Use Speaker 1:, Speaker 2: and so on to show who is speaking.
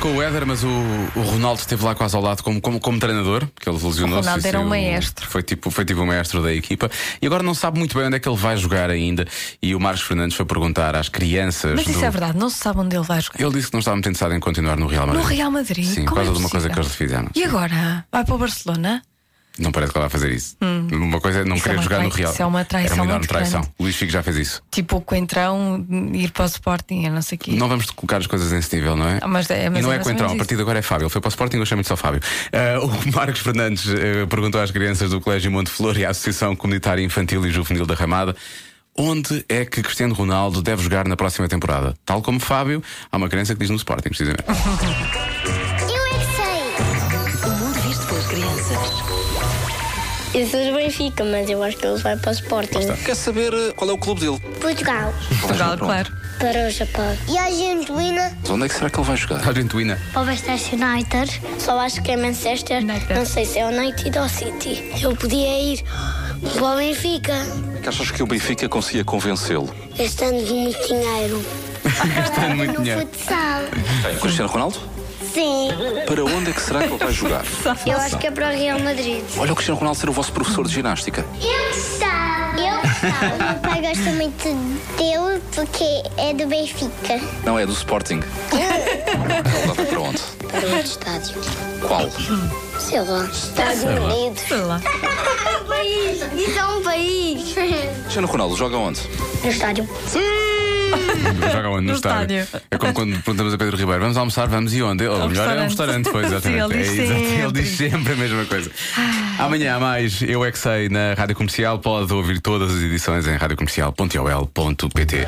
Speaker 1: com o Éder, mas o, o Ronaldo esteve lá quase ao lado como, como, como treinador, que ele lesionou-se.
Speaker 2: O Ronaldo
Speaker 1: isso
Speaker 2: era um
Speaker 1: eu-
Speaker 2: maestro.
Speaker 1: Foi tipo, foi tipo o maestro da equipa. E agora não sabe muito bem onde é que ele vai jogar ainda. E o Marcos Fernandes foi perguntar às crianças.
Speaker 2: Mas isso
Speaker 1: do-
Speaker 2: é verdade, não se sabe onde ele vai jogar.
Speaker 1: Ele disse que não estava muito interessado em continuar no Real Madrid.
Speaker 2: No Real Madrid?
Speaker 1: Sim,
Speaker 2: Como
Speaker 1: por causa
Speaker 2: é
Speaker 1: de uma coisa que
Speaker 2: possível?
Speaker 1: eles fizeram.
Speaker 2: E agora? Vai para o Barcelona?
Speaker 1: Não parece que ela vai fazer isso. Uma coisa é não
Speaker 2: Isso
Speaker 1: querer
Speaker 2: é uma
Speaker 1: jogar no
Speaker 2: trai-
Speaker 1: Real.
Speaker 2: isso é uma traição
Speaker 1: Era uma enorme
Speaker 2: muito
Speaker 1: traição.
Speaker 2: grande.
Speaker 1: O Luís Figo já fez isso.
Speaker 2: Tipo o Coentrão hum, ir para o Sporting, eu não sei o quê.
Speaker 1: Não vamos colocar as coisas nesse nível, não é?
Speaker 2: Ah, mas é- mas
Speaker 1: e não
Speaker 2: é
Speaker 1: é,
Speaker 2: mais ou
Speaker 1: Coentrão,
Speaker 2: menos
Speaker 1: a
Speaker 2: isso.
Speaker 1: partir de agora é Fábio. Ele foi para o Sporting, eu chamo-lhe só Fábio. Ah, o Marcos Fernandes eh, perguntou às crianças do Colégio Monte Flor e à Associação Comunitária Infantil e Juvenil da Ramada onde é que Cristiano Ronaldo deve jogar na próxima temporada. Tal como Fábio, há uma criança que diz no Sporting, precisamente.
Speaker 3: Eu é que sei.
Speaker 4: O mundo visto pelas crianças.
Speaker 3: Eu sou do Benfica, mas eu acho que ele vai para o Sporting.
Speaker 5: Quer saber eh, qual é o clube dele?
Speaker 3: Portugal,
Speaker 2: Portugal,
Speaker 5: Para onde?
Speaker 2: claro.
Speaker 3: para o Japão. E a Argentina?
Speaker 5: Mas Onde é que será que ele vai jogar?
Speaker 1: Argentina.
Speaker 3: Para o Manchester United. Só acho que é Manchester.
Speaker 2: United.
Speaker 3: Não sei se é United ou City. Eu podia ir para o Benfica.
Speaker 5: Que achas que o Benfica conseguia convencê-lo?
Speaker 3: Gastando muito dinheiro.
Speaker 1: Gastando muito
Speaker 3: no
Speaker 1: dinheiro.
Speaker 3: futsal.
Speaker 5: O Cristiano Ronaldo?
Speaker 3: Sim.
Speaker 5: Para onde é que será que ele vai jogar?
Speaker 3: Eu acho que é para o Real Madrid.
Speaker 5: Olha o Cristiano Ronaldo ser o vosso professor de ginástica.
Speaker 3: Eu gostava. Eu gostava. Meu pai gosta muito dele porque é do Benfica.
Speaker 5: Não, é do Sporting. Ele vai para onde?
Speaker 3: Para outro um estádio.
Speaker 5: Qual?
Speaker 3: Sei lá. Estados Unidos.
Speaker 2: Sei lá.
Speaker 3: país. Isso é um país.
Speaker 5: Cristiano Ronaldo joga onde?
Speaker 3: No estádio.
Speaker 1: Joga onde? No,
Speaker 2: No
Speaker 1: estádio.
Speaker 2: estádio.
Speaker 1: É como quando perguntamos a Pedro Ribeiro: vamos almoçar, vamos e onde? Ou melhor, é um restaurante,
Speaker 2: restaurante.
Speaker 1: pois, exatamente.
Speaker 2: Sim, ele
Speaker 1: é,
Speaker 2: diz
Speaker 1: exato, ele
Speaker 2: sempre. Ah.
Speaker 1: diz sempre a mesma coisa. Amanhã há mais Eu É Que Sei na Rádio Comercial. Pode ouvir todas as edições em radiocomercial.ol.pt